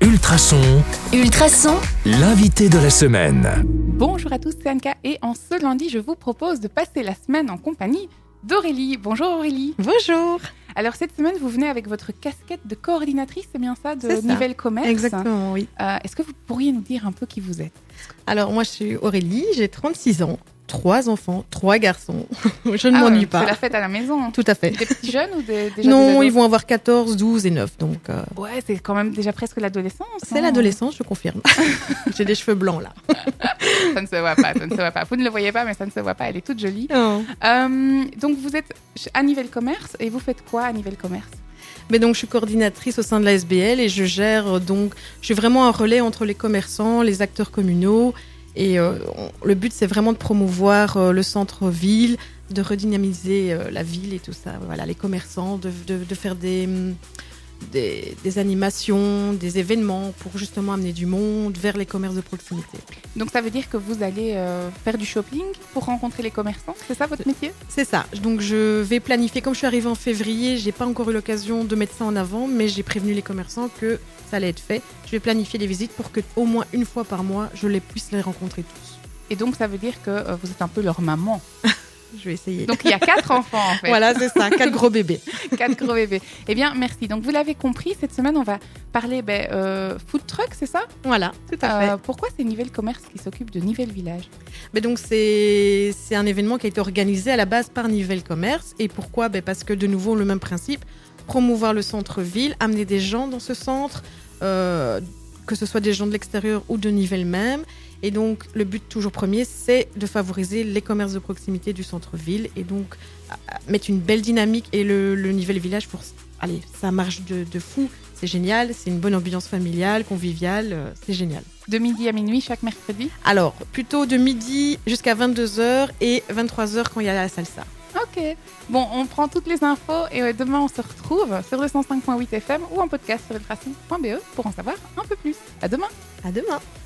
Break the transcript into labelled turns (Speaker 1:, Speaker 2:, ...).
Speaker 1: Ultrason,
Speaker 2: Ultrason,
Speaker 1: l'invité de la semaine.
Speaker 3: Bonjour à tous, c'est Anka et en ce lundi, je vous propose de passer la semaine en compagnie d'Aurélie. Bonjour Aurélie.
Speaker 4: Bonjour.
Speaker 3: Alors cette semaine, vous venez avec votre casquette de coordinatrice, c'est bien ça, de
Speaker 4: C'est ça.
Speaker 3: Nivelle Commerce.
Speaker 4: Exactement, oui.
Speaker 3: Euh, Est-ce que vous pourriez nous dire un peu qui vous êtes
Speaker 4: Alors moi je suis Aurélie, j'ai 36 ans, trois enfants, trois garçons. je ne
Speaker 3: Ah,
Speaker 4: m'ennuie
Speaker 3: C'est
Speaker 4: pas.
Speaker 3: la fête à la maison.
Speaker 4: Tout à fait.
Speaker 3: Des petits jeunes ou des, déjà
Speaker 4: Non,
Speaker 3: des
Speaker 4: ils vont avoir 14, 12 et 9, donc euh,
Speaker 3: ados Ouais, c'est quand même déjà presque l'adolescence.
Speaker 4: c'est
Speaker 3: hein.
Speaker 4: l'adolescence, je confirme. j'ai des cheveux blancs là.
Speaker 3: Ça ne se voit pas, ça ne se voit pas. Vous ne le voyez pas, mais ça ne se voit pas. Elle est toute jolie. Euh, donc vous êtes chez- à Nivelle Commerce et vous faites quoi à Nivelle Commerce
Speaker 4: Mais donc je suis coordinatrice au sein de la SBL et je gère euh, donc, je suis vraiment un relais entre les commerçants, les acteurs communaux. Et euh, on- le but, c'est vraiment de promouvoir euh, le centre-ville, de redynamiser euh, la ville et tout ça. Voilà, les commerçants, de, de- de faire des, hum, des, des animations, des événements pour justement amener du monde vers les commerces de proximité.
Speaker 3: Donc ça veut dire que vous allez euh, faire du shopping pour rencontrer les commerçants C'est ça votre métier
Speaker 4: C'est ça. Donc je vais planifier. Comme je suis arrivée en février, j'ai pas encore eu l'occasion de mettre ça en avant, mais j'ai prévenu les commerçants que ça allait être fait. Je vais planifier les visites pour que au moins une fois par mois, je les puisse les rencontrer tous.
Speaker 3: Et donc, ça veut dire que euh, vous êtes un peu leur maman.
Speaker 4: Je vais essayer.
Speaker 3: Donc, il y a quatre enfants, en fait.
Speaker 4: voilà, c'est ça. Quatre gros bébés.
Speaker 3: Quatre gros bébés. Eh bien, merci. Donc, vous l'avez compris, cette semaine, on va parler ben, euh, food truck, c'est ça
Speaker 4: Voilà, tout
Speaker 3: Euh, Pourquoi c'est Nivelle Commerce qui s'occupe de Nivelle Village
Speaker 4: Mais donc c'est c'est un événement qui a été organisé à la base par Nivelle Commerce. Et pourquoi Ben, Parce que de nouveau, le même principe, promouvoir le centre-ville, amener des gens dans ce centre, euh, que ce soit des gens de l'extérieur ou de Nivelle même. Et donc le but toujours premier, c'est de favoriser les commerces de proximité du centre-ville et donc à- à mettre une belle dynamique et le, le Nivelle Village pour... Allez, ça marche de, de fou, c'est génial, c'est une bonne ambiance familiale, conviviale, euh, c'est génial.
Speaker 3: De midi à minuit, chaque mercredi
Speaker 4: Alors, plutôt de midi jusqu'à 22h et 23h quand il y a la salsa.
Speaker 3: Ok. Bon, on prend toutes les infos et euh, demain, on se retrouve sur le E 105.8 FM ou en podcast sur ultrason.be pour en savoir un peu plus. À demain
Speaker 4: À demain